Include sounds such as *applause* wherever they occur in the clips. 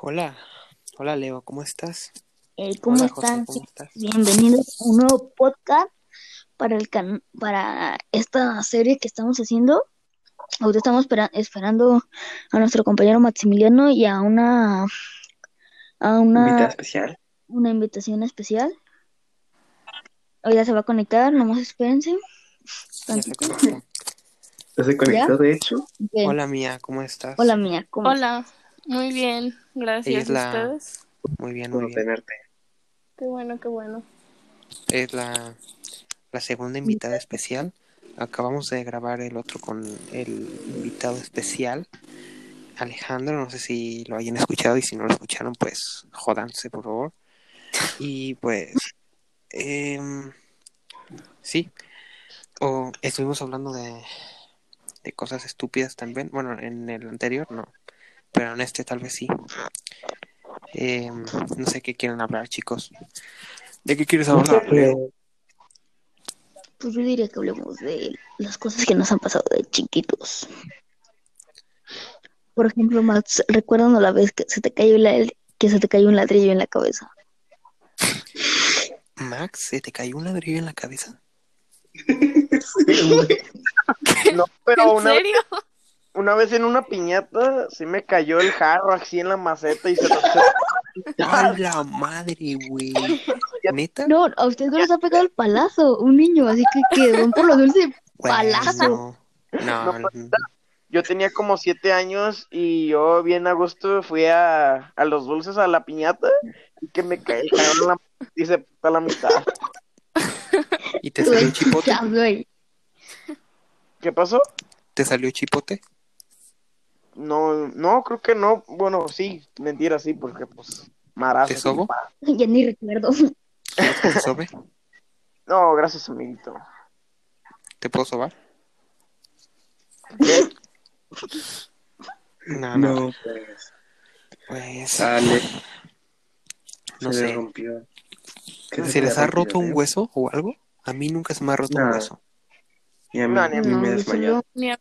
Hola, hola Leo, ¿cómo estás? Eh, ¿Cómo Hola, José, están? ¿cómo estás? Bienvenidos a un nuevo podcast para el can para esta serie que estamos haciendo. Ahorita estamos espera- esperando a nuestro compañero Maximiliano y a una a Invitada una, especial. una invitación especial. Ahorita se va a conectar, nomás espérense. Ya se tantito. conectó. Ya se conectó, de hecho. Bien. Hola Mía, ¿cómo estás? Hola mía, ¿cómo Hola, muy bien, Ella gracias es a la- ustedes. Muy bien, muy Bueno, bien. tenerte. Qué bueno, qué bueno. Es la, la segunda invitada especial. Acabamos de grabar el otro con el invitado especial, Alejandro. No sé si lo hayan escuchado y si no lo escucharon, pues jodanse, por favor. Y pues, em, sí, o estuvimos hablando de, de cosas estúpidas también. Bueno, en el anterior no, pero en este tal vez sí. Eh, no sé qué quieren hablar, chicos. ¿De qué quieres hablar, Leo? Pues yo diría que hablemos de las cosas que nos han pasado de chiquitos. Por ejemplo, Max, recuérdanos la vez que se te cayó la, que se te cayó un ladrillo en la cabeza. Max, ¿se te cayó un ladrillo en la cabeza? Sí, güey. *laughs* No, pero ¿En una, serio? una vez en una piñata sí me cayó el jarro así en la maceta y se lo *laughs* se- ¡A la madre, güey! ¿Neta? No, a usted no les ha pegado el palazo, un niño, así que quedó por *laughs* lo dulce. Bueno, palazo. No, no, no. Yo tenía como siete años y yo bien a gusto fui a, a los dulces a la piñata y que me caí el jarro en la y se puso a la mitad. ¿Y te *laughs* salió chipote? Ya, güey. ¿Qué pasó? ¿Te salió chipote? No, no, creo que no. Bueno, sí, mentira, sí, porque pues marazo. ¿Te sobo? Ya ni recuerdo. ¿Te sobe? No, gracias, amiguito. ¿Te puedo sobar? ¿Qué? No, no. No, pues. Pues, Sale. no se le sé. rompió. ¿Qué ¿Se les me ha roto un rompió? hueso o algo? A mí nunca se me ha roto un ¿eh? No. hueso. Ni a mí, No, ni a ni No, me yo desmayé. solo- Ni a-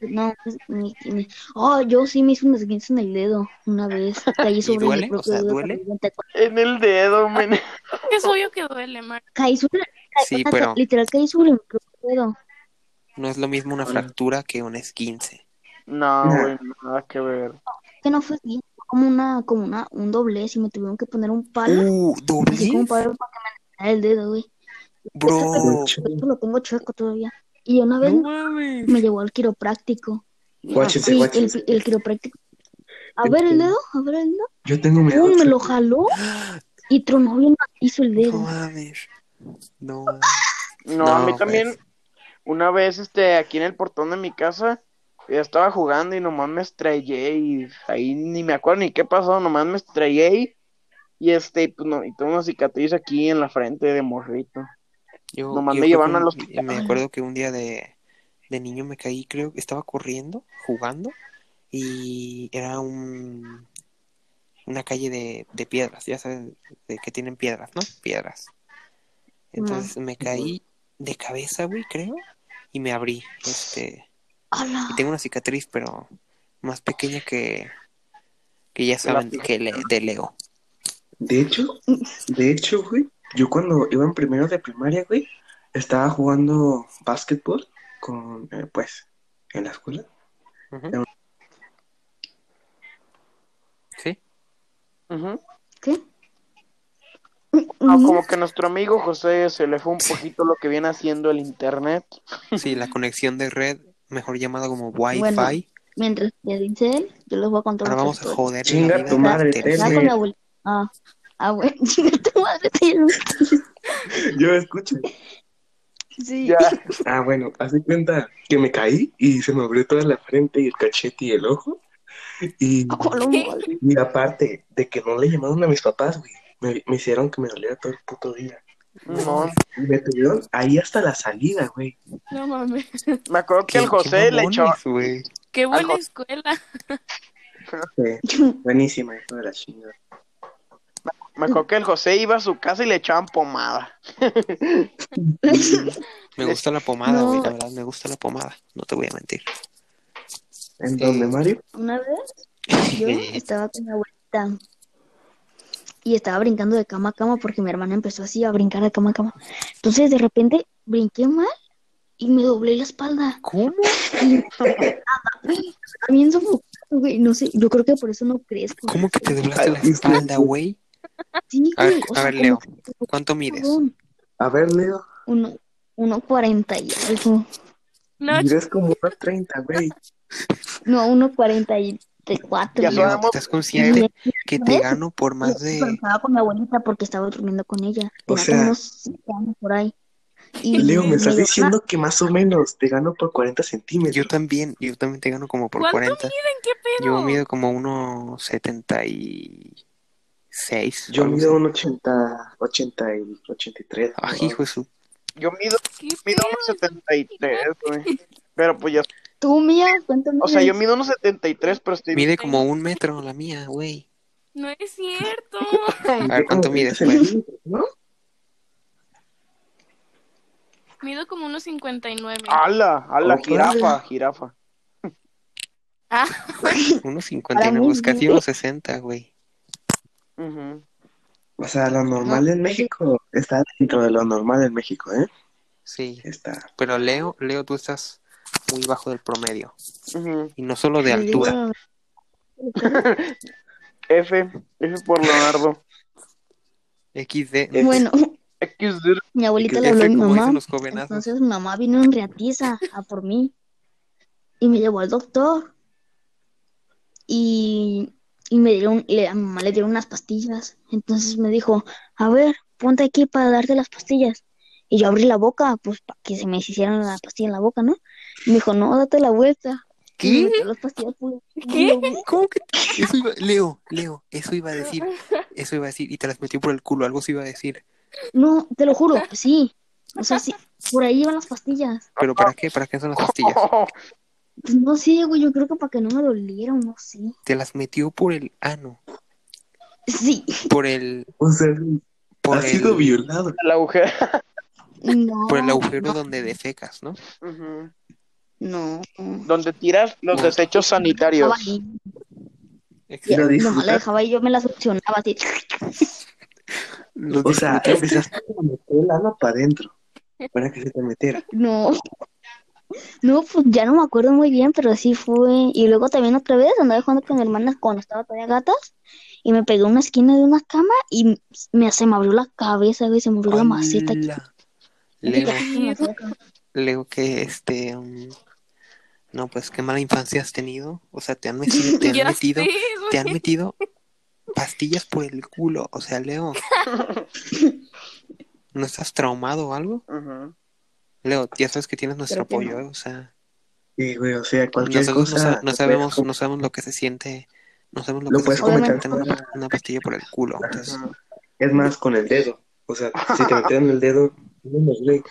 no, ni- ni- Oh, yo sí me hice un esguince en el dedo una vez. *laughs* Caí sobre duele? mi propio O sea, dedo. ¿duele? En el dedo, men. *laughs* Es obvio que duele, Mar. Caí sobre, caí- Sí, o sea, pero- *laughs* literal caí sobre mi propio dedo. No es lo mismo una Hola. fractura que un esguince. No, Nah. güey, nada que ver. Que no fue esguince, fue como una, como una, un doblez y me tuvieron que poner un palo, ¡Uh! así como un ¿Doblez? palo para que me quitara el dedo, güey. Bro, Guacho, Por eso lo tengo chueco todavía. Y una vez me llevó al quiropráctico. guáchese, Sí, guáchese. el, el quiropráctico. A ver el dedo, a ver el dedo. Yo tengo miedo. Pum, me lo jaló y tronó bien hizo el no dedo. mames. No. No, pues. a mí también, una vez, este, aquí en el portón de mi casa, ya estaba jugando y nomás me estrellé y ahí ni me acuerdo ni qué pasó, nomás me estrellé y, y este, pues no, y tengo una cicatriz aquí en la frente de morrito. Yo, Nomás yo me creo llevaron que al un- hospital. Me acuerdo que un día de, de niño me caí, creo que estaba corriendo, jugando, y era un, una calle de, de piedras, ya sabes, de que tienen piedras, ¿no? Piedras. Entonces me caí de cabeza, güey, creo, y me abrí. Este, ¡Hala! y tengo una cicatriz, pero más pequeña que, que ya La- saben, que le, de Leo. De hecho, de hecho, güey, yo cuando iba en primero de primaria, güey, estaba jugando básquetbol con, eh, pues, en la escuela. *laughs* Ujú. Sí. Ujú. ¿Qué? No, como que nuestro amigo José se le fue un poquito lo que viene haciendo el internet. Sí, la conexión de red, mejor llamada como Wi-Fi. Bueno, Mientras que dice él, yo les voy a contar Ahora otra vamos a historia. joder. Chinga la vida tu de madre, ustedes. Estaba Tele. con mi abuelita. Ah, ah, bueno, *laughs* chinga tu madre, tío. Yo escucho. Sí. Ya, Ah, bueno, hace cuenta que me caí y se me abrió toda la frente y el cachete y el ojo. Y Oh, no, ¿Qué? madre. Y aparte de que no le llamaron a mis papás, güey. Me, me hicieron que me doliera todo el puto día. no, Y me tuvieron ahí hasta la salida, güey. No mames. me acuerdo que el José le echó, mamones, güey. Qué buena Algo. escuela. *laughs* Sí, buenísima, hijo de la *laughs* chingada. me acuerdo que el José iba a su casa y le echaban pomada. Me gusta la pomada, Pues, güey. No. La verdad, me gusta la pomada. No te voy a mentir. ¿En dónde, Mario? *laughs* Una vez yo estaba con mi abuelita chiquita. Y estaba brincando de cama a cama porque mi hermana empezó así a brincar de cama a cama. Entonces de repente brinqué mal y me doblé la espalda. ¿Cómo? También sofocado, güey. No sé, yo creo que por eso no crezco. ¿Cómo que te doblaste Ay, la espalda, güey? Sí, A ver, güey, o a sea, ver, como Leo, que- ¿Cuánto mides? cabrón. A ver, Leo, Uno, uno cuarenta y algo. No, mides como una 30, güey. No, uno cuarenta y de cuatro. Ya y- Leo, sabemos. ¿estás consciente y- que te gano por más de... y Estaba con mi abuelita porque estaba durmiendo con ella. O Tenía sea- como unos cinco años por ahí. Y Leo, me estás dijo, diciendo que más o menos te gano por 40 Yo centímetros. también, yo también te gano como por ¿Cuánto 40. ¿en qué pedo? Yo mido como 1.76. Yo algo mido así. un 80, 80 y 83. Ay, ¿no? hijo de su- Yo mido, ¿Qué mido pedo? unos 73, güey. Pero pues ya. Tú, mía, cuéntame. O sea, yo mido unos 73, pero estoy. Mide como un metro la mía, güey. No *laughs* es cierto. A Yo ver, como ¿cuánto 30 mides, pues? centímetros, ¿no? Mido como unos 59. ¡Ala! ¡Ala! Ojalá. Jirafa, jirafa. Ah, Unos Para 59, mí, pues casi sí. unos 60, güey. Ujú. O sea, lo normal en México está dentro de lo normal en México, ¿eh? Sí. Está. Pero Leo, Leo, tú estás muy bajo del promedio. Ujú. Y no solo de altura. F, F por Leonardo. XD. F. Bueno, XD. *laughs* mi abuelita le habló a F mi como mamá. dicen los jovenazos. Entonces mi mamá vino en Reatiza a por mí y me llevó al doctor y, y me dieron, le, a mi mamá le dieron unas pastillas. Entonces me dijo, a ver, ponte aquí para darte las pastillas. Y yo abrí la boca, pues para que se me hicieran la pastilla en la boca, ¿no? Y me dijo, no, date la vuelta. Y me ¿Qué? metió las pastillas pues, por- ¿Cómo que? te- Eso iba... Leo, Leo, eso iba a decir. Eso iba a decir. Y te las metió por el culo, algo se iba a decir. No, te lo juro, sí. O sea, sí, por ahí iban las pastillas. ¿Pero para qué? ¿Para qué son las pastillas? oh, Pues no sé, güey, yo creo que para que no me dolieron, no sé. *laughs* Te las metió por el ano. Sí, Por el... O sea, pues, Por ha sido el- violado. la agujera. no. por el agujero donde defecas, ¿no? Ujú. No. Donde tiras los desechos sanitarios. Dejaba ahí. Y lo No, la disfrutas. dejaba ahí, yo me la succionaba así. *laughs* Los O sea, disfrutas. empezaste a meter el ano para adentro. Para que se te metiera. No. No, pues ya no me acuerdo muy bien, pero sí fue. Y luego también otra vez andaba jugando con mi hermana cuando estaba todavía gatas. Y me pegó una esquina de una cama y me, se me abrió la cabeza, güey, se me abrió la maceta. aquí. Ala. Leo, Se me abrió la cabeza. Leo que este mm, no pues qué mala infancia has tenido, o sea te han metido, *laughs* te ya han metido, sé, te han metido pastillas por el culo, o sea *laughs* Leo, ¿no estás traumado o algo? Ujú. Leo, ya sabes que tienes nuestro Creo que apoyo, ¿eh? o sea Sí, güey, Pues o sea, cualquier nosotros no, cosa. sa- no lo sabemos, puedes- no sabemos lo que se siente, no sabemos lo, Lo que se puedes siente comentar meterte con- una, una pastilla por el culo, entonces Ujú. Es más, con el dedo. O sea, si te metieron el dedo, *laughs* no, güey.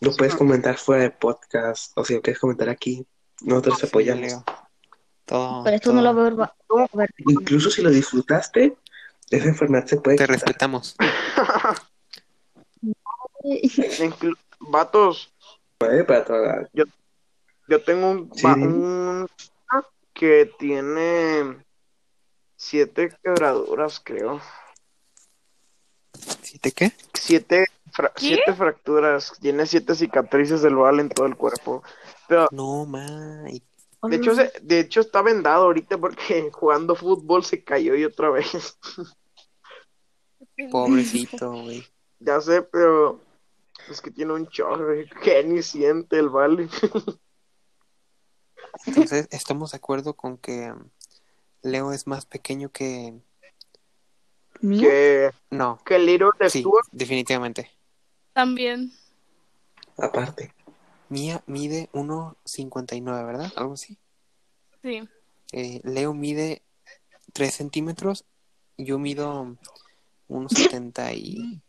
Lo puedes comentar fuera de podcast. O sea, lo puedes comentar aquí. Nosotros te apoyamos. Leo, todo, Pero esto no lo todo- voy a ver. va- no lo voy a ver. Incluso si lo disfrutaste, esa enfermedad se puede te quitar. respetamos. Inclu- Vatos, ¿eh? Para toda- Yo tengo un, Sí. va- un que tiene siete quebraduras, creo. ¿Sí te qué? Siete, fra- ¿Qué? siete fracturas. Tiene siete cicatrices del bal en todo el cuerpo. Pero, No, ma, y- de hecho, se- de hecho está vendado ahorita porque *laughs* jugando fútbol se cayó y otra vez. *laughs* pobrecito, güey. ya sé, pero es que tiene un chorro. *laughs* Que ni siente el vale. Entonces, estamos de acuerdo con que mm, Leo es más pequeño que. Mío. que, No, que Little sí, Stuart definitivamente. También. Aparte. Mía mide 1,59, ¿verdad? Algo así. Sí. Eh, Leo mide 3 centímetros. y Yo mido 1,70 y.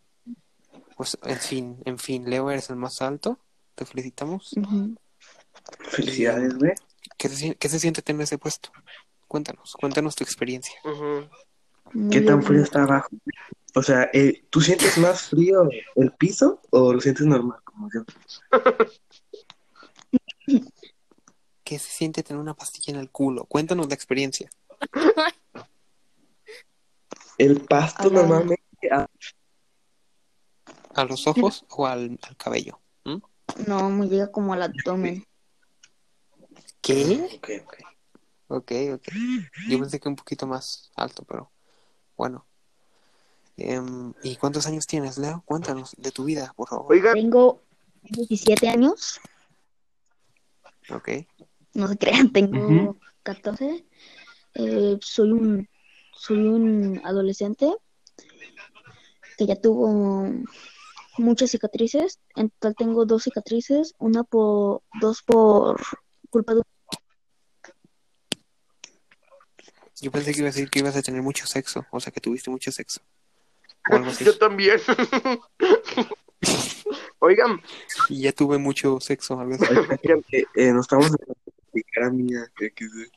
Pues, en fin, en fin, Leo eres el más alto. Te felicitamos. Ujú. Felicidades, güey. ¿Qué se, sien- qué se siente tener ese puesto? Cuéntanos, cuéntanos tu experiencia. Ujú. Muy ¿Qué tan bien. frío está abajo? O sea, eh, ¿tú sientes más frío el piso o lo sientes normal como yo? ¿Qué se siente tener una pastilla en el culo? Cuéntanos la experiencia. El pasto Ajá. normalmente. Ah, ¿A los ojos o al, al cabello? No, me llega como al abdomen. ¿Qué? Ok, ok. Ok, ok. Yo pensé que un poquito más alto, pero bueno. Em, ¿Y cuántos años tienes, Leo? Cuéntanos de tu vida, por favor. Oigan, Tengo 17 años, Ok. no se *laughs* crean, tengo Ujú. 14. Eh, soy un soy un adolescente que ya tuvo muchas cicatrices. En total tengo dos cicatrices, una por dos por culpa de Yo pensé que ibas a decir que ibas a tener mucho sexo, o sea, que tuviste mucho sexo. O algo así. *laughs* yo también. Oigan, Y ya tuve mucho sexo, algo así. Eh, eh, no estamos en la cara mía. que- que se-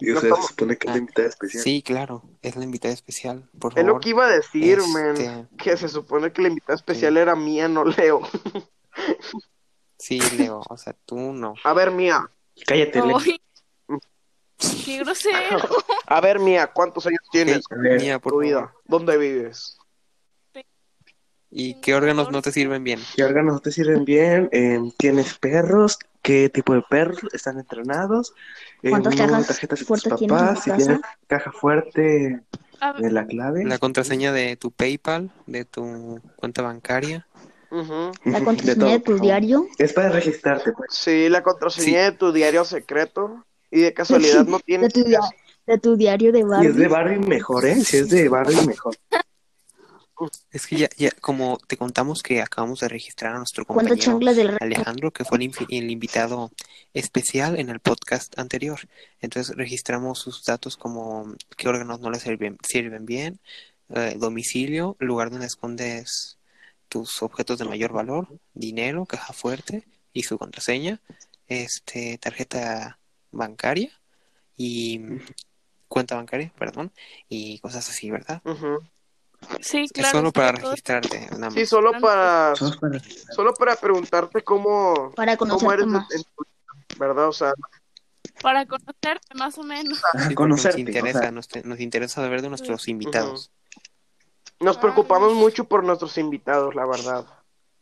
y, o No sea, estamos- se supone que es la invitada especial. Sí, claro, es la invitada especial, por favor. es lo que iba a decir, Este, man. Que se supone que la invitada especial era mía, no Leo. Sí, Leo, o sea, tú no. A ver, mía. Cállate, Leo. *laughs* Ay, qué grosero. A ver, mía, ¿cuántos años tienes? A ver, Mía, por Tu favor. vida. ¿Dónde vives? ¿Y qué órganos no te sirven bien? ¿Qué órganos te sirven bien? Eh, ¿Tienes perros? ¿Qué tipo de perros están entrenados? Eh, ¿Cuántas uno, cajas tarjetas de tus fuertes tienes en tu papás, si casa? tienes caja fuerte A de ver, la clave, La contraseña de tu PayPal, de tu cuenta bancaria. Ujú. la de contraseña todo, de por tu favor. diario. Es para registrarte, pues. Sí, la contraseña de tu diario secreto. Y *laughs* de casualidad no de tienes. tu, dia- de tu diario de Si es de Barbie. Barbie, mejor, ¿eh? Si es de Barbie, mejor. Es que ya, ya, como te contamos que acabamos de registrar a nuestro ¿Cuántas compañero chanclas del Alejandro, que fue el, infi- el invitado especial en el podcast anterior. Entonces registramos sus datos como qué órganos no le sirven, sirven bien, eh, domicilio, lugar donde escondes tus objetos de mayor valor, dinero, caja fuerte y su contraseña, este tarjeta bancaria y cuenta bancaria, perdón, y cosas así, ¿verdad? Ujú. sí, es claro. solo para todo- registrarte, nada más. Sí, solo para. Solo para- Solo para preguntarte cómo. para ¿Cómo conocerte eres de- más? en tu vida, ¿Verdad? O sea, para conocerte más o menos. para Sí, porque conocerte. Nos interesa, o sea, nos, nos interesa saber de nuestros invitados. nos Ah. preocupamos mucho por nuestros invitados, la verdad.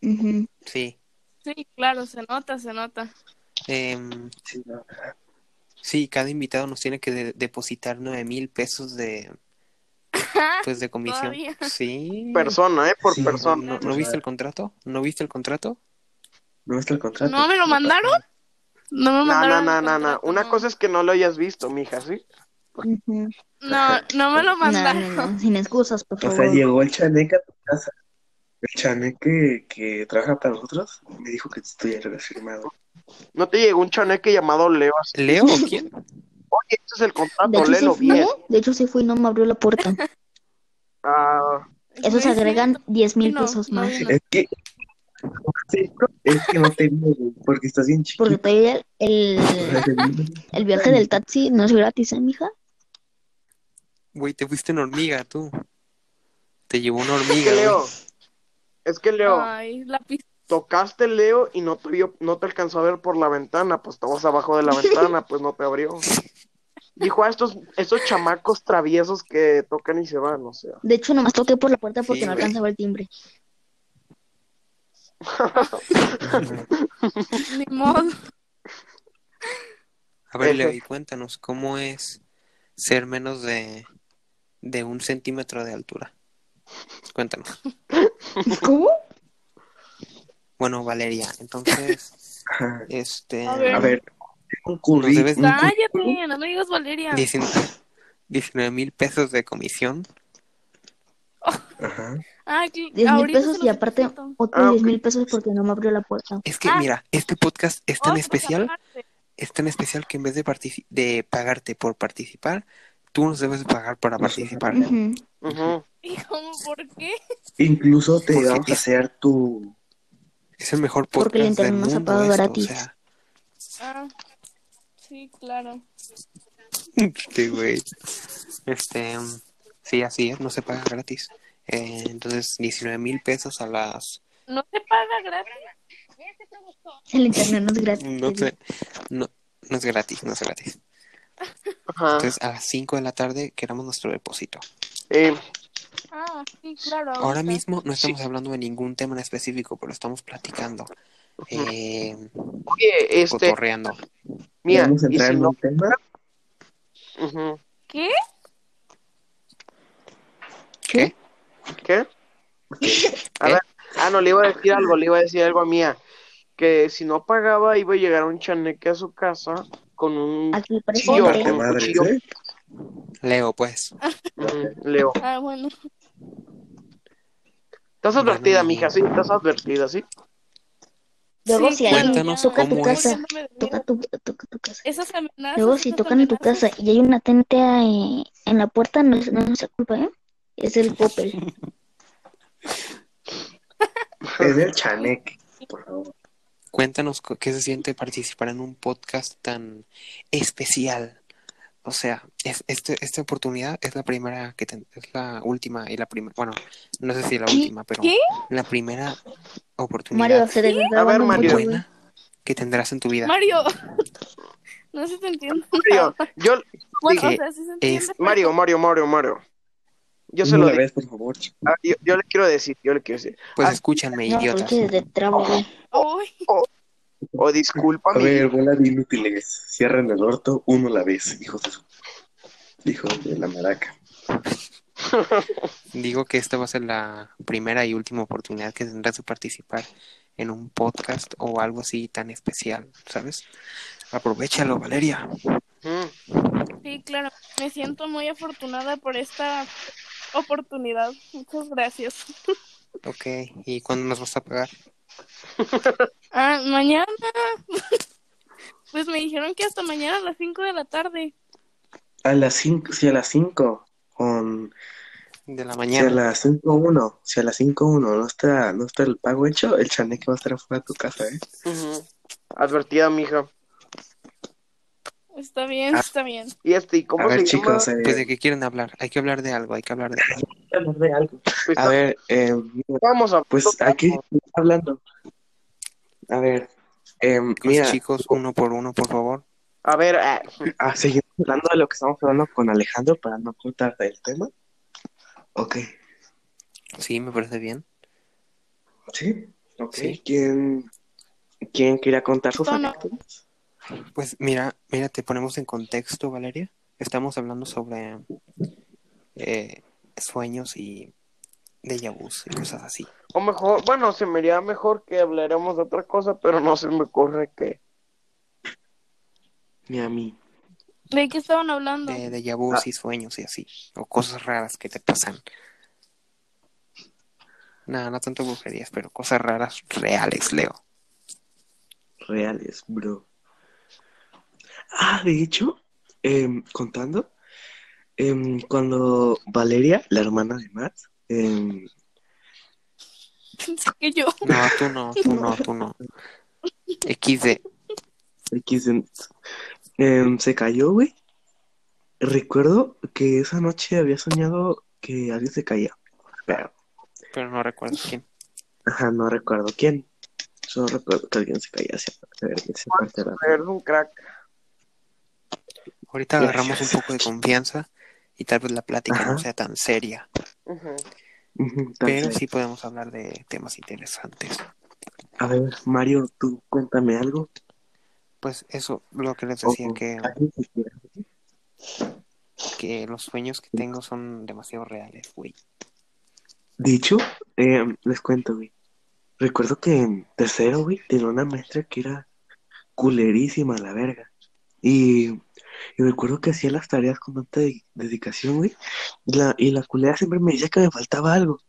Ujú. Sí. Sí, claro, se nota, se nota. Em, sí, no. sí, cada invitado nos tiene que de- depositar nueve mil pesos *laughs* de, pues, de comisión. Todavía. Sí. Persona, ¿eh? Por Sí, persona. ¿No, no viste el contrato? ¿No viste el contrato? No está el contrato. ¿No me lo mandaron? No No, me no, mandaron. no, el no, no. contrato, Una cosa es que no lo hayas visto, mija, ¿sí? Ujú. No, no me No, lo no, mandaron. no, sin excusas, por O sea, favor. llegó el chaneque a tu casa. El chaneque que trabaja para nosotros me dijo que estoy firmado. No te llegó un chaneque llamado Leo así. ¿Leo o quién? Oye, este es el De contrato, hecho, sí léelo fui, bien. de hecho sí fui, no me abrió la *laughs* puerta. Ah, Esos Muy agregan cierto. 10 mil No, pesos no más. vino. Es que, es que no te veo, güey, porque estás bien Porque chiquito. todavía el, el viaje del taxi no es gratis, ¿eh, mija? Güey, te fuiste en hormiga, tú. Te llevó una hormiga, es que güey. Leo. Es que Leo, Ay, la pista. tocaste Leo y no te vio, no te alcanzó a ver por la ventana, pues estabas abajo de la ventana, pues no te abrió. Dijo a estos, estos chamacos traviesos que tocan y se van, o sea. De hecho, nomás toqué por la puerta porque Sí, no güey. alcanzaba el *laughs* timbre. Ni *laughs* modo. A ver, Eje. Leo, y cuéntanos, ¿cómo es ser menos de, de un centímetro de altura? Cuéntanos. ¿Cómo? Bueno, Valeria, entonces, Ajá. este... *laughs* A A ver, un Nos debes- currículum. Cállate, no me digas Valeria. 19 mil pesos de comisión. Ajá. Ay, que 10 mil ahorita pesos se los y aparte deposito. otros Ah, 10 ok. mil pesos porque no me abrió la puerta. Es que, Ah. Oh, mira, este podcast es tan Otros especial, aparte. *laughs* es tan especial que en vez de, partici- de pagarte por participar, tú nos debes pagar para participar. Ujú. Ujú. ¿Y cómo? ¿Por qué? Incluso te Porque vamos a es- hacer tu. Es el mejor Porque el podcast del internet nos ha mundo pagado esto, o gratis. sea, *laughs* Ah, sí, claro. qué güey. Este, mm, sí, así es, no se paga gratis. Eh, entonces, 19 mil pesos a las, No te paga gratis. El internet no es gratis. no sé, no, no es gratis, no es gratis. Ajá. Entonces, a las 5 de la tarde queramos nuestro depósito. Eh, Ah, sí, claro. Ahora ahorita. mismo no estamos hablando de ningún tema en específico, pero estamos platicando, eh, Oye, este, cotorreando. mira, Vamos a y entrar si en no- un tema. Ujú. ¿Qué? ¿Qué? ¿Qué? A ¿Eh? ver, ah, no, le iba a decir algo, le iba a decir algo a Mía, que si no pagaba iba a llegar un chaneque a su casa con un Aquí presente. cuchillo, Parte con un madre, cuchillo, ¿eh? Leo, pues. Ujú, mm, Leo. Ah, bueno. Estás advertida, Bueno. mija, sí, estás advertida, ¿sí? Luego Sí, si claro, alguien Cuéntanos toca tu cómo es. casa, Muriéndome de miedo. toca tu, toca tu casa. Esas amenazas. Luego si esas tocan tu amenazas. casa y hay una tente eh, en la puerta, no es no es nuestra culpa, ¿eh? Es el *laughs* Popel. Es del Chanek, por favor. Cuéntanos co- qué se siente participar en un podcast tan especial. O sea, es, este, esta oportunidad es la primera que ten- es la última y la primera, bueno, no sé si la última, pero ¿Qué? la primera oportunidad Mario, se les está A ver, grabando Mario. mucho, güey. buena que tendrás en tu vida. Mario. *laughs* No se te entiende. Mario, yo, Bueno, que o sea, sí es- se entiende. Mario, Mario, Mario, Mario. Yo se No lo la digo, ves, por favor. ah, yo, yo le quiero decir, yo le quiero decir. Pues Ah. escúchanme, No, idiotas. Oh, porque desde trabo, güey. Uy, O disculpa, A mi ver, bola de inútiles. Cierran el orto uno la vez, hijos de su. Hijos de la maraca. Digo que esta va a ser la primera y última oportunidad que tendrás de participar en un podcast o algo así tan especial, ¿sabes? Aprovechalo, Valeria. Mm. sí, claro. Me siento muy afortunada por esta oportunidad. Muchas gracias. Ok, ¿y cuándo nos vas a pagar? Ah, mañana. *laughs* Pues me dijeron que hasta mañana a las 5 de la tarde. A las 5, sí, a las 5. Con, De la si a mañana. las 5.1, si a las 5.1 no está, no está el pago hecho, el Chanek va a estar afuera de tu casa, ¿eh? Ujú. Advertida, mija. Está bien, está bien. Y este, ¿y cómo A ver, se llama? chicos, eh, Pues de qué quieren hablar, hay que hablar de algo, hay que hablar de algo. Pues a ver, eh, estábamos hablando pues de aquí algo. hablando. A ver, eh, Los mira, chicos, uno por uno, por favor. A ver, ah, ah, seguimos hablando de lo que estamos hablando con Alejandro para no cortar el tema. Ok, Sí, me parece bien. sí, ok. Sí. ¿Quién, quién quería contar sus No, no. anécdotas? Pues mira, mira, te ponemos en contexto, Valeria. Estamos hablando sobre eh, sueños y déjà vus y cosas así. o mejor, bueno, se me iría mejor que habláramos de otra cosa, pero no se me ocurre que. Ni a mí. ¿De qué estaban hablando? de déjà vus y sueños y así, o cosas raras que te pasan. Nada, no tanto brujerías, pero cosas raras reales, Leo. reales, bro. Ah, de hecho, em, contando, em, cuando Valeria, la hermana de Matt, em, *laughs* Pensé que yo. No, tú no, tú no, tú no. XD. X de- em, se cayó, güey, recuerdo que esa noche había soñado que alguien se caía, pero, Pero no recuerdo quién. ajá, no recuerdo quién, solo recuerdo que alguien se caía hacia, hacia parte de la- Eres un crack. Ahorita agarramos un poco de confianza y tal vez la plática no Ajá. sea tan seria, Ujú. Ujú, pero entonces, sí podemos hablar de temas interesantes. A ver, Mario, tú cuéntame algo. Pues eso, lo que les decía, o- que, alguien que quiera. que los sueños que tengo son demasiado reales, güey. De hecho, eh, les cuento, güey. Recuerdo que en tercero, güey, tenía una maestra que era culerísima, la verga. Y, y recuerdo que hacía las tareas con tanta de- dedicación, güey. Y la, y la culera siempre me decía que me faltaba algo.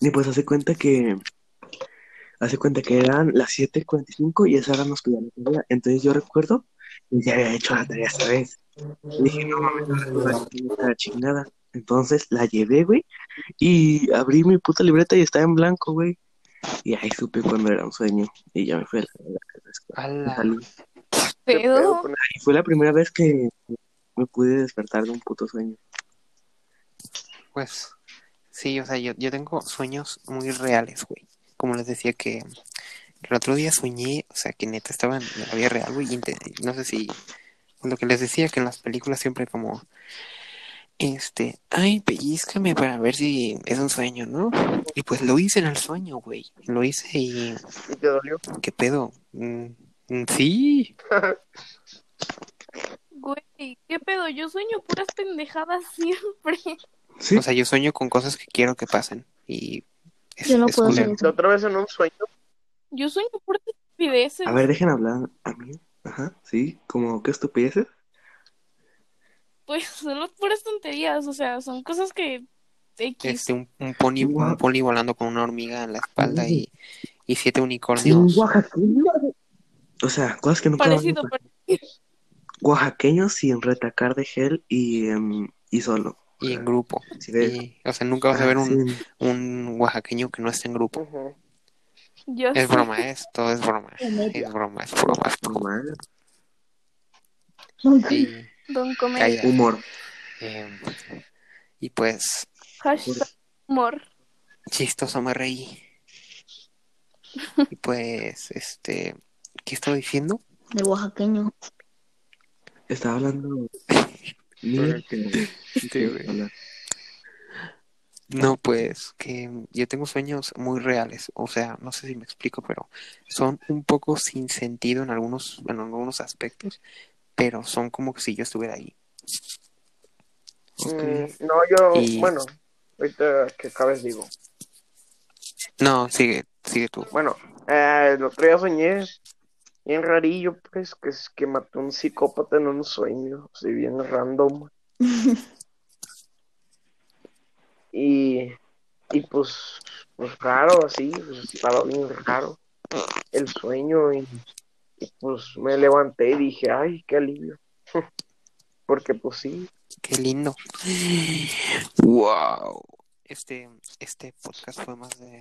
Y pues hace cuenta que. Hace cuenta que eran las 7:45 y esa hora nos cuidaban la tarea. Entonces yo recuerdo que ya había hecho la tarea esta vez. Y dije, no mames, ahora sí voy a hacer la chingada. Entonces la llevé, güey. Y abrí mi puta libreta y estaba en blanco, güey. Y ahí supe cuando era un sueño. Y ya me fui a la, a la- a la escuela. Me ¡Hala! salí. ¿Qué pedo Pedo. con- Y fue la primera vez que me pude despertar de un puto sueño. Pues sí, o sea, yo, yo tengo sueños muy reales, güey. Como les decía que el otro día soñé, o sea, que neta estaba en la vida real, güey. y inte- No sé si... Lo que les decía que en las películas siempre como... Este, ay, pellizcame para ver si es un sueño, ¿no? Y pues lo hice en el sueño, güey. Lo hice y. ¿Y te dolió? ¿Qué pedo? Mm, mm, sí. Güey, ¿qué pedo? Yo sueño puras pendejadas *laughs* siempre. Sí, O sea, yo sueño con cosas que quiero que pasen. Y. Es, Yo no es puedo culero. hacer eso. La otra vez en un sueño. Yo sueño puras estupideces. a ver, dejen hablar a mí. Ajá, sí, como qué estupideces. Pues son las puras tonterías. O sea, son cosas que. X. Este, un, un pony, Guau. un pony volando con una hormiga en la espalda y, y siete Sí, unicornios. un oaxaqueño. O sea, cosas que nunca van a parecido, pasar. pero Oaxaqueño sin retacar de gel y, em, y solo. y en grupo. Si ves- Y, o sea, nunca vas a ver Ah, un, sí. un oaxaqueño que no esté en grupo. Ujú. yo Es Ah, sí. broma, ¿eh? es, todo es broma. Es broma, es broma. es broma. Humor. *laughs* Y, Don Comedia. calla. Humor. eh, y pues, Hashtag humor. chistoso me reí. Y pues, este, ¿qué estaba diciendo? del oaxaqueño. Estaba *laughs* hablando. Este, güey. No, pues que yo tengo sueños muy reales, o sea, no sé si me explico, pero son un poco sin sentido en algunos, en algunos aspectos, pero son como que si yo estuviera ahí. Mm, No, yo, Y- bueno, ahorita que acabes digo. No, sigue, sigue tú. Bueno, eh, el otro día soñé bien rarillo, pues, que es que mató un psicópata en un sueño, así bien random. Y, y pues, pues raro, así, pues, estaba bien raro el sueño y, y, pues me levanté y dije, ay, qué alivio. *laughs* Porque pues sí, Qué lindo. Wow. Este, este podcast fue más de,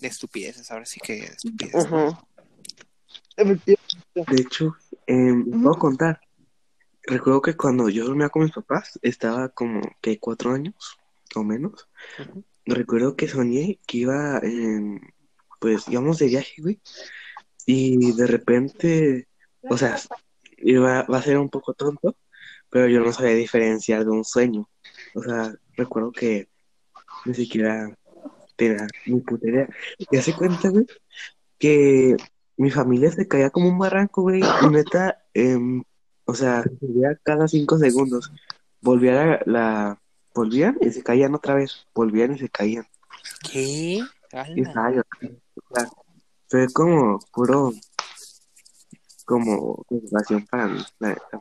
de estupideces, ahora sí que de estupideces. De hecho, em, ¿les puedo contar. Recuerdo que cuando yo dormía con mis papás, estaba como que cuatro años o menos. Ujú. Recuerdo que soñé que iba, em, pues íbamos de viaje, güey. Y de repente, o sea, iba, va a ser un poco tonto, pero yo no sabía diferenciar de un sueño. O sea, recuerdo que ni siquiera tenía ni puta idea. Y hace cuenta, güey, que mi familia se caía como un barranco, güey. Y neta, em, o sea, se caía cada cinco segundos. Volvía la, la- Volvían y se caían otra vez. Volvían y se caían. ¿Qué? Y Ala. estaba llorando. O sea, fue como puro... Como motivación para mí, la neta.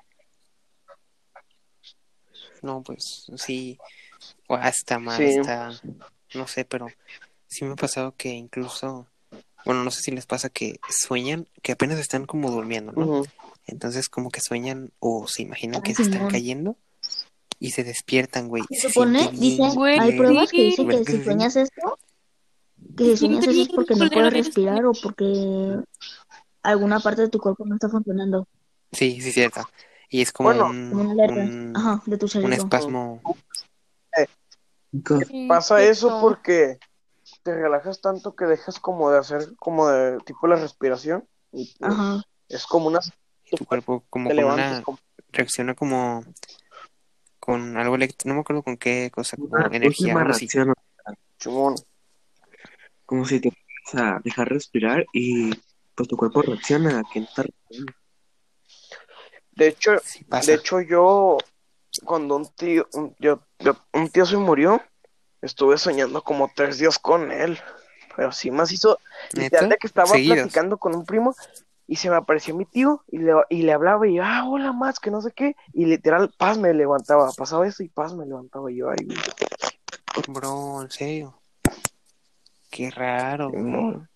No, pues sí, o hasta mal, Sí. hasta, no sé, pero sí me ha pasado que incluso, bueno, no sé si les pasa que sueñan, que apenas están como durmiendo, ¿no? ujú. Entonces como que sueñan o se imaginan que Ah, se están Simón. cayendo y se despiertan, güey. y Se se supone, siente bien, dicen, güey. hay pruebas que dicen ¿Verdad que que si sí? sueñas esto, que si sueñas eso es porque no puedes respirar o porque alguna parte de tu cuerpo no está funcionando, Sí, sí, cierto. Y es como Bueno. un, como una alerta, un- ajá, de Mm. tu un cerebro. espasmo. Chicos, Pasa eso No. porque te relajas tanto que dejas como de hacer como de tipo la respiración y pues, Ajá, es como una y tu cuerpo como te con levantas una, como- reacciona como con algo elect- no me acuerdo con qué cosa, como Ah, una energía, última algo así. reacción, Chumón. como si te vas a dejar respirar y pues tu cuerpo reacciona a que no está respirando. De hecho, Sí pasa. de hecho yo cuando un tío un, yo- yo- un tío se murió, estuve soñando como tres días con él. Pero sí más hizo literal de que estaba Seguidos. platicando con un primo y se me apareció mi tío y le, y le hablaba y ah, hola más, que no sé qué, y literal paz me levantaba, pasaba eso y paz me levantaba y yo ay, güey, Bro, en serio. Qué raro, güey. no.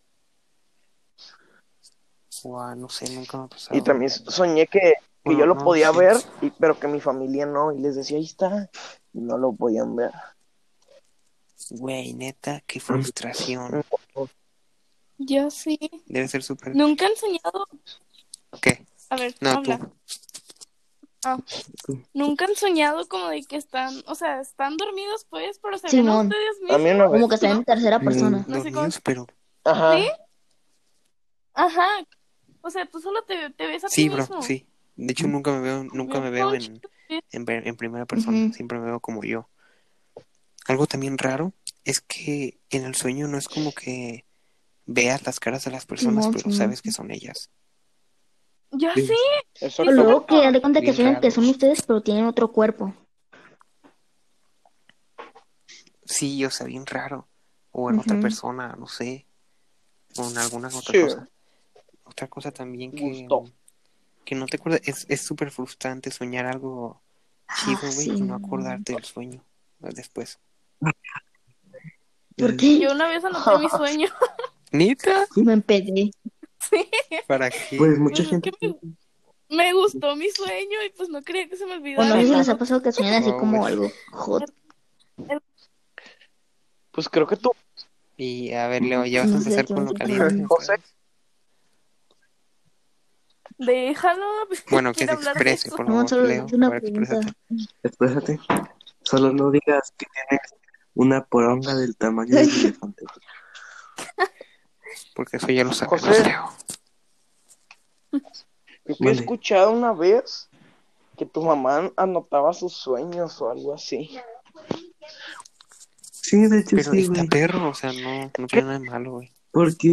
Guau, no sé, nunca me ha pasado. Y también soñé que, que Bueno, yo lo no, podía sí. ver, y, pero que mi familia no, y les decía, ahí está, y no lo podían ver. Güey, neta, Mm. qué frustración. Yo sí. Debe ser súper. Nunca han soñado. ¿Qué? A ver, No, habla. tú. Nunca han soñado como de que están. O sea, están dormidos, pues, pero se ven a Simón. ustedes mismos. A mí una vez. como que está en Mm. tercera persona. No sé Dormidos, pero. Ajá. ¿Sí? Ajá. O sea, tú solo te, te ves a Sí, ti bro, mismo. sí. De hecho, nunca me veo, nunca me No, veo en, chido. en, ver- en primera persona, Ujú. siempre me veo como yo. Algo también raro es que en el sueño no es como que veas las caras de las personas, Simón, pero Simón. sabes que son ellas. Ya Sí. sé. Eso O luego que haz de cuenta que Bien sueñan que raro. son ustedes, pero tienen otro cuerpo. Sí, o sea, bien raro. O en otra Ujú. persona, no sé. O en alguna otra Sí. cosa. Otra cosa también que, Gusto. que no te acuerdas, es es súper frustrante soñar algo chido, Ah, güey, sí. y no acordarte del sueño eh, después. Mm. ¿Por qué? Yo una vez anoté mi sueño. ¿Nita? Me empedé. Sí. ¿Para qué? Pues mucha Pues, gente. ¿qué Me gustó mi sueño y pues no creía que se me ¿O no olvidara. sé si les ha pasado que sueñan así No, como güey. algo hot? Pues creo que tú. Y a ver, Leo, ya vas a No sé, empezar qué con lo bonito. caliente. José. ¿sabes? Déjalo. pues, Bueno, que se *laughs* quiero hablar de exprese, eso. por No, favor, solo Leo. es una a ver, pregunta. exprésate. Espérate. Solo no digas que tienes una poronga del *laughs* tamaño de un elefante. Porque eso ya lo sabemos, José. Leo. Creo que he Mande. escuchado una vez que tu mamá anotaba sus sueños o algo así. Sí, de hecho Pero sí, está güey. perro, o sea, no, no tiene nada de malo, güey. Porque,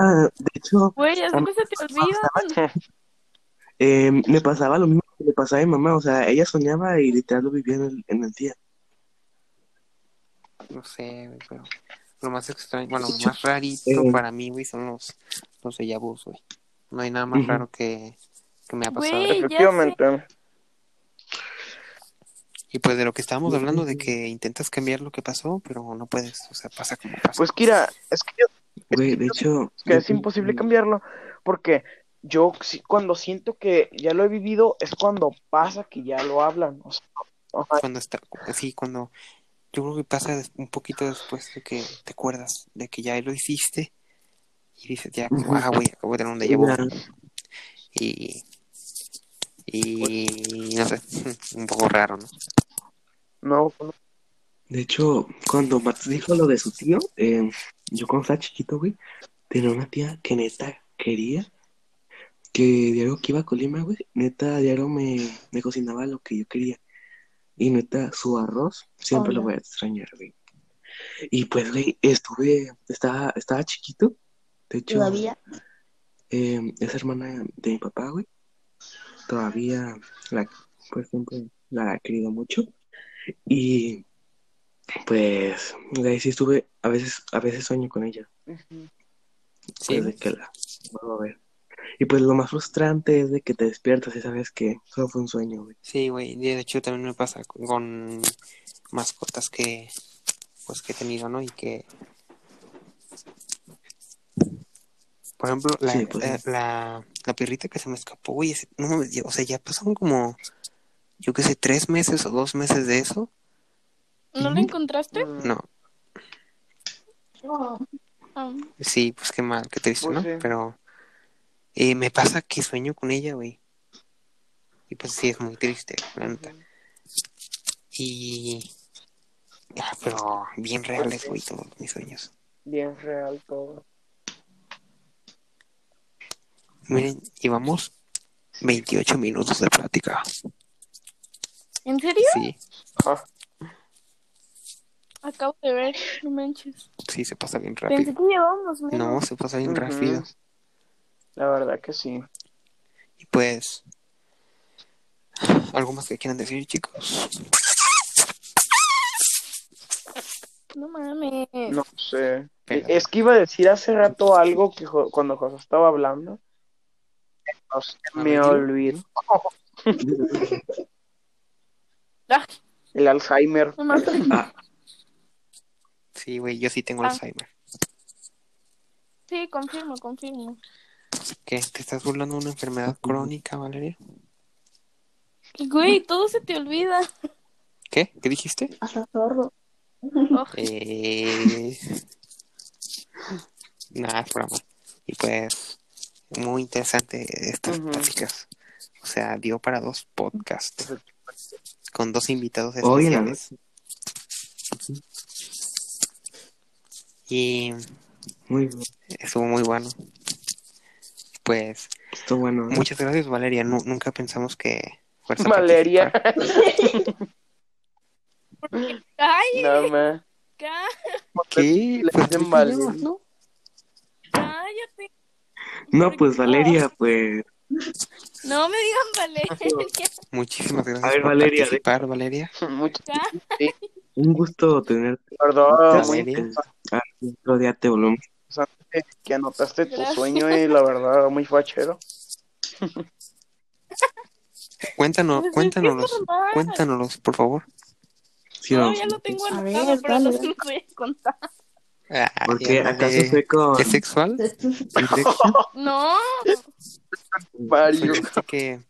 ah, de hecho, Güey, es a mí que se te olvidan. eh, me pasaba lo mismo que le pasaba a mi mamá. O sea, ella soñaba y literal lo vivía en el, en el día. No sé, güey, pero lo más extraño, bueno, lo Dicho, más rarito eh, para mí, güey, son los, los déjà vus, güey. No hay nada más Ujú. raro que, que me ha pasado. Güey. ya Efectivamente. Y pues de lo que estábamos Ujú. hablando, de que intentas cambiar lo que pasó, pero no puedes, o sea, pasa como pasa. Pues Kira, es que, yo- Güey, de hecho. que es imposible cambiarlo porque yo sí- cuando siento que ya lo he vivido es cuando pasa que ya lo hablan. O sea, ajá, cuando está, así, cuando yo creo que pasa des- un poquito después de que te acuerdas de que ya lo hiciste y dices, ya, como, Ujú. ah, güey, acabo de tener un déjà vu. Ya, Y, y no sé, *laughs* un poco raro, ¿no? no, no. de hecho, cuando Max dijo lo de su tío, eh, yo cuando estaba chiquito, güey, tenía una tía que neta quería que diario que iba a Colima, güey, neta diario me, me cocinaba lo que yo quería. Y neta, su arroz siempre lo Hola. voy a extrañar, güey. Y pues, güey, estuve, estaba, estaba chiquito. De hecho, Todavía. eh, es hermana de mi papá, güey. Todavía la, pues siempre la ha querido mucho. Y pues, güey, sí estuve, a veces, a veces sueño con ella. Sí, pues, de que la vuelvo a ver. Y pues lo más frustrante es de que te despiertas y sabes que solo fue un sueño, güey. *laughs* sí, güey. De hecho, también me pasa con mascotas que, pues, que he tenido, ¿no? Y que, por ejemplo, la, Sí, pues, eh, la, la perrita que se me escapó, güey, ese- no mames, ya- o sea, ya pasaron como, yo qué sé, tres meses o dos meses de eso. ¿No lo encontraste? Mm, No, Ah, Sí, pues qué mal, qué triste, Pues ¿no? sí. Pero eh, me pasa que sueño con ella, güey. Y pues sí, es muy triste, la neta. Y... Ah, pero bien reales, güey, todos mis sueños. Bien real todo. Miren, llevamos 28 minutos de plática. ¿En serio? Sí, Ajá. Acabo de ver. No manches. sí, se pasa bien Pensé rápido. que llevábamos No, menos. se pasa bien Ujú. rápido. La verdad que sí. Y pues... ¿Algo más que quieran decir, chicos? No mames. No sé. Pero- Es que iba a decir hace rato algo que jo- cuando José estaba hablando. No sé, A me ver, dilo. olvidó. Ah, El Alzheimer. no mames. ah, Sí, güey, yo sí tengo Ah. Alzheimer. Sí, confirmo, confirmo. ¿Qué? ¿Te estás burlando de una enfermedad crónica, Valeria? Güey, todo se te olvida. ¿Qué? ¿Qué dijiste? Hasta zorro. Oh, Eh... Nada, es broma. Y pues, muy interesante estas Ujú. pláticas. O sea, dio para dos podcasts con dos invitados Hoy en la especiales. Y muy bien. estuvo muy bueno. Pues, Esto bueno. ¿no? ¿eh? muchas gracias, Valeria. Nu- nunca pensamos que fuerza Valeria. participar. Calle, No, ma. ca- ¿Qué? Le Pues, dicen ¿qué Valeria. llamas, no? cállate. No, pues Valeria, pues. No me digan *laughs* Valeria. Muchísimas gracias A ver, por Valeria, participar, Valeria. Mucho Un gusto tenerte. perdón. Gracias. muy Valeria. Ah, Otro día te volvemos. interesante que anotaste tu Gracias. sueño y la verdad, muy fachero. Cuéntanos, Pues, es que cuéntanos, es normal. cuéntanos, por favor. Sí, No, vamos. ya lo tengo A ver, anotado, pero dale, no se dale. los voy a contar. Ah, ¿Por qué? ya la ¿Acaso de- fue con.? ¿Es *laughs* sexual? ¿Es sexual? No, *laughs* Mario. Soñaste que,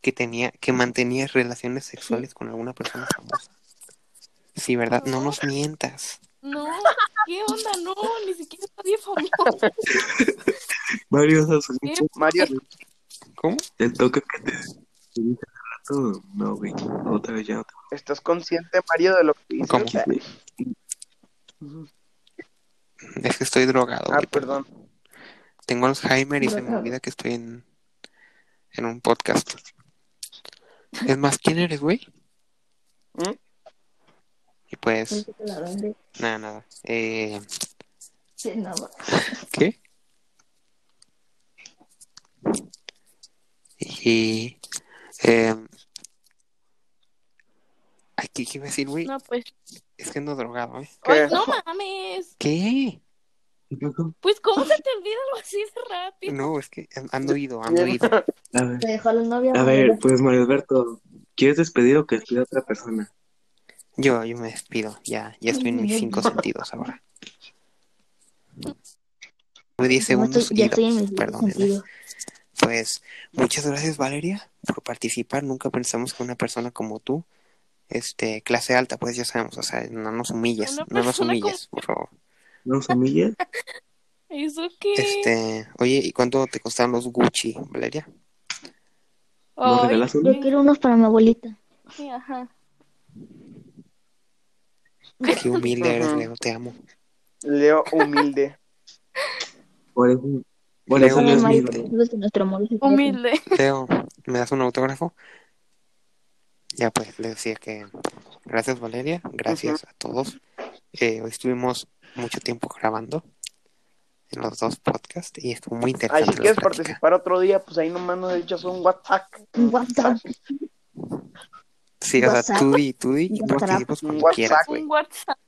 que tenía, que mantenía relaciones sexuales con alguna persona famosa. Sí, ¿verdad? No nos mientas. no, ¿qué onda? No, ni siquiera nadie famoso. Mario Sasso, Mario, ¿Cómo? el toque que te te dije hace rato. No, güey. Otra vez ya no te. ¿estás consciente, Mario, de lo que dices? ¿Cómo? Es que estoy drogado. Ah, güey, perdón. Tengo Alzheimer y se me Drogado. olvida que estoy en, en un podcast. Es más, ¿quién eres, güey? ¿Mm? Y pues, nada, nada. Eh, ¿Qué? Y. Eh, ay, ¿qué qué iba a decir, güey? No, pues. Es que ando drogado, ¿eh? ¿Qué? Ay, no mames. ¿Qué? ¿Qué pasó? Pues, ¿cómo se te olvida algo así de rápido? No, es que an- ando ido, ando ido. A ver. Te dejó la novia. A ver, pues Mario Alberto, ¿quieres despedir o que despida a otra persona? Yo, yo me despido, ya, ya estoy en mis cinco sentidos ahora. Tuve 10 No, segundos estoy- ya y- estoy en mi perdónenme. sentido. Pues muchas gracias Valeria por participar. Nunca pensamos que una persona como tú, este, clase alta, pues ya sabemos, o sea, no nos humilles, Una no nos persona humilles, por favor. ¿No humilles? ¿Eso qué? Este, oye, ¿y cuánto te costaron los Gucci, Valeria? ¿Nos Ay, regalas uno? Yo quiero unos para mi abuelita. sí, ajá. Qué humilde eres, Ujú. Leo, te amo. Leo *laughs* humilde. Por eso, por Leo eso Saben, no Humilde. es Mario, mío. por ejemplo, si nuestro amor es eterno. Humilde. Leo, ¿me das un autógrafo? Ya pues, le decía que gracias Valeria, gracias a todos. Eh, hoy estuvimos mucho tiempo grabando en los dos podcasts y estuvo muy Ay, interesante. Ah, si la quieres plática. participar otro día, pues ahí nomás nos echas un WhatsApp. WhatsApp. Sí, o sea, WhatsApp. tú di, tú di, y WhatsApp. participamos cuando WhatsApp. quieras, güey. Un WhatsApp.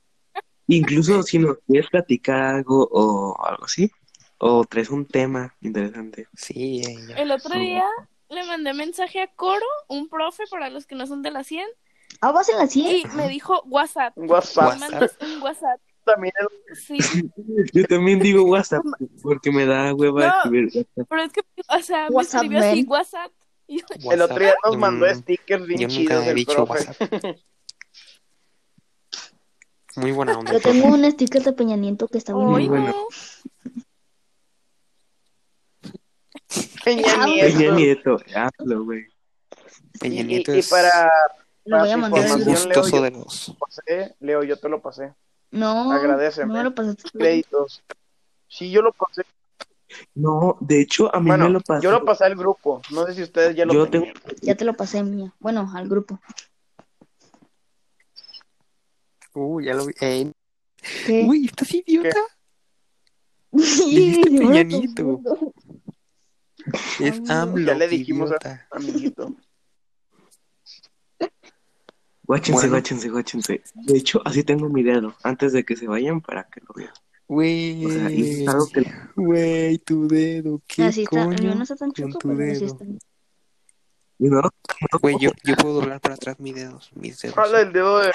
Incluso si nos quieres platicar algo o algo así, o traes un tema interesante. Sí, eh, ya. El otro Sí. día le mandé mensaje a Coro, un profe para los que no son de la 100, Ah, vas en la 100. y me dijo WhatsApp. Un Me WhatsApp. WhatsApp. mandas un WhatsApp. También el Sí. Yo también digo WhatsApp porque me da hueva No. escribir WhatsApp. Pero es que, o sea, me WhatsApp, escribió así man. WhatsApp. Y yo, El otro día nos Mm, mandó stickers Yo bien chidos nunca he del dicho profe. WhatsApp. Muy buena onda. Yo tengo un sticker de Peña Nieto que está muy Ay, "Ay, bueno. bueno. no". Peña Ah, Peña Nieto. Nieto, hazlo, güey. Peña Y, Nieto y es para Lo voy a Papi, mandar el a más Juan Manuel. Leo. gustoso Leo, de los. José, Leo, yo te lo pasé. No, Agradéceme. no me lo pasaste. Créditos. Sí, yo lo pasé. No, de hecho, a mí Bueno, me lo pasó. yo lo pasé al grupo. No sé si ustedes ya lo Yo tenían. Ya te lo pasé, mía. Bueno, al grupo. Uy, ya lo vi. Ey, ¿Qué? Uy, ¿estás idiota? Sí, *laughs* dijiste yo me Peña Nieto. confundo. Es amigo. AMLO. Ya le dijimos a- idiota. Amiguito. Guáchense, Bueno. guáchense, guáchense. De hecho, así tengo mi dedo antes de que se vayan para que lo vean. Güey. O sea, y es algo que Güey, tu dedo. ¿Qué Así Ah, está, el mío coño? no está tan con chuco, tu pero sí dedo. está. *laughs* no, Güey, yo, yo puedo doblar para atrás mis dedos. Mis dedos. *laughs* Habla el dedo de...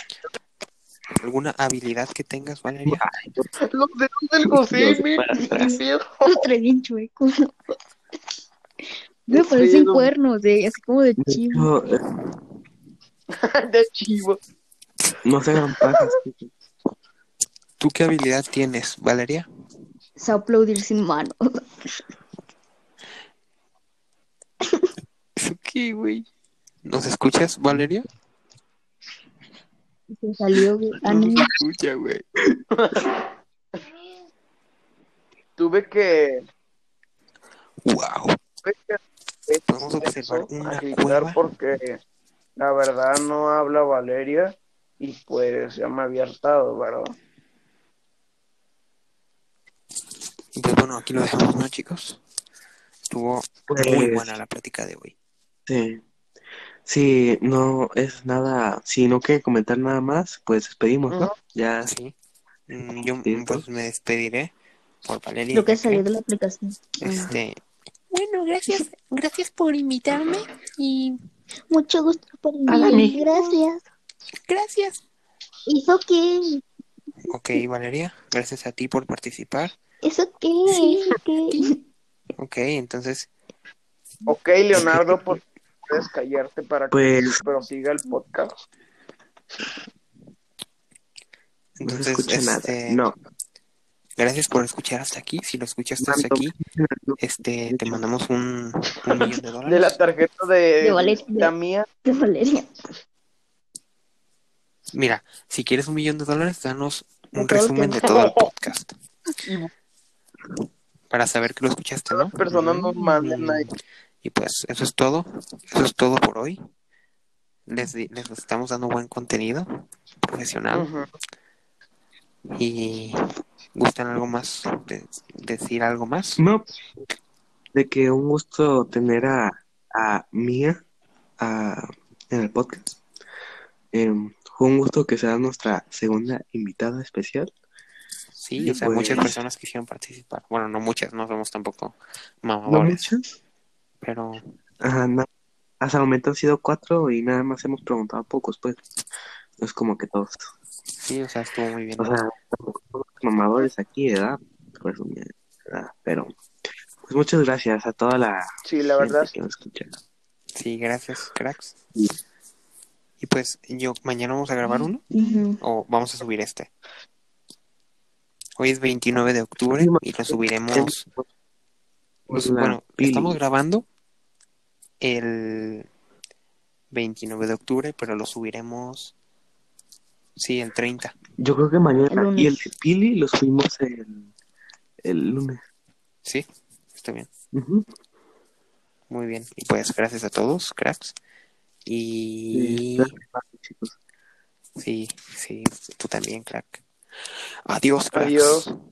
¿Alguna habilidad que tengas, Valeria? Los dedos *laughs* del José, Los de güey, para qué atrás. miedo. Lo trae bien chueco. Me parecen pedo. cuernos, de, así como de de chivo. hecho, eh, *laughs* De chivo. no se hagan pajas. *laughs* ¿Tú qué habilidad tienes, Valeria? Se aplaudir sin mano. ¿Qué, güey? ¿Nos escuchas, Valeria? Se *laughs* salió, güey. Ah, no. escucha, güey. Tuve que... Wow. tuve que- Podemos observar eso, una a gritar cueva porque... La verdad no habla Valeria y pues ya me había hartado, ¿verdad? Y pues bueno, aquí lo dejamos, ¿no, chicos? Estuvo Pues- muy buena la plática de hoy. Sí. Sí, no es nada. Si no quiere comentar nada más, pues despedimos, ¿no? Ujú. Ya. Así. Mm, Yo ah, Sí, pues me despediré por Valeria. Creo que ya que, salió de la aplicación. Este, Bueno, gracias, gracias por invitarme y Ah, Mucho gusto por mí. Dani. Gracias. Ah, gracias. ¿Eso qué? ok, Valeria, gracias a ti por participar. ¿Eso qué? Sí. ¿Eso qué? Ok, entonces, Ok, Leonardo, pues, puedes callarte para que Pues prosiga el podcast. no se entonces escucha nada. este, No, gracias por escuchar hasta aquí. Si lo escuchaste hasta Tanto. aquí, este, te mandamos un, un millón de De dólares. la tarjeta de, De Valeria. la mía. *laughs* De Valeria. Mira, si quieres un millón de dólares, danos un De todo el resumen de todo el podcast. Para saber que lo escuchaste, ¿no? Mm. Las personas nos mandan ahí. Y pues eso es todo. Eso es todo por hoy. Les, di- les estamos dando buen contenido profesional. Ujú. Y gustan algo más, de- decir algo más. no. De que un gusto tener a, a Mía a- en el podcast. Em, fue un gusto que sea nuestra segunda invitada especial. Sí, o sea, Pues- muchas personas quisieron participar. Bueno, no muchas, no somos tampoco No mamadores, muchas. pero Ajá, no. Hasta el momento han sido cuatro y nada más hemos preguntado a pocos, pues. No es como que todos. sí, o sea, estuvo muy bien. O sea, tampoco somos mamadores aquí, ¿verdad? Por eso, mira, ¿verdad? Pero, pues muchas gracias a toda la Sí, la verdad. gente que nos escucha. Sí, gracias, cracks. Sí. Y pues yo mañana vamos a grabar uno o vamos a subir este. Hoy es 29 de octubre y lo subiremos. Pues, lo- la bueno, Pili. estamos grabando el 29 de octubre, pero lo subiremos. Sí, el 30. Yo creo que mañana. El lunes. y el de Pili lo subimos el, el lunes. Sí, está bien. Ujú. Muy bien. Y pues gracias a todos, cracks. Sí, pues, Y. gracias, chicos. Sí, sí, tú también, crack. Adiós, cracks. Adiós.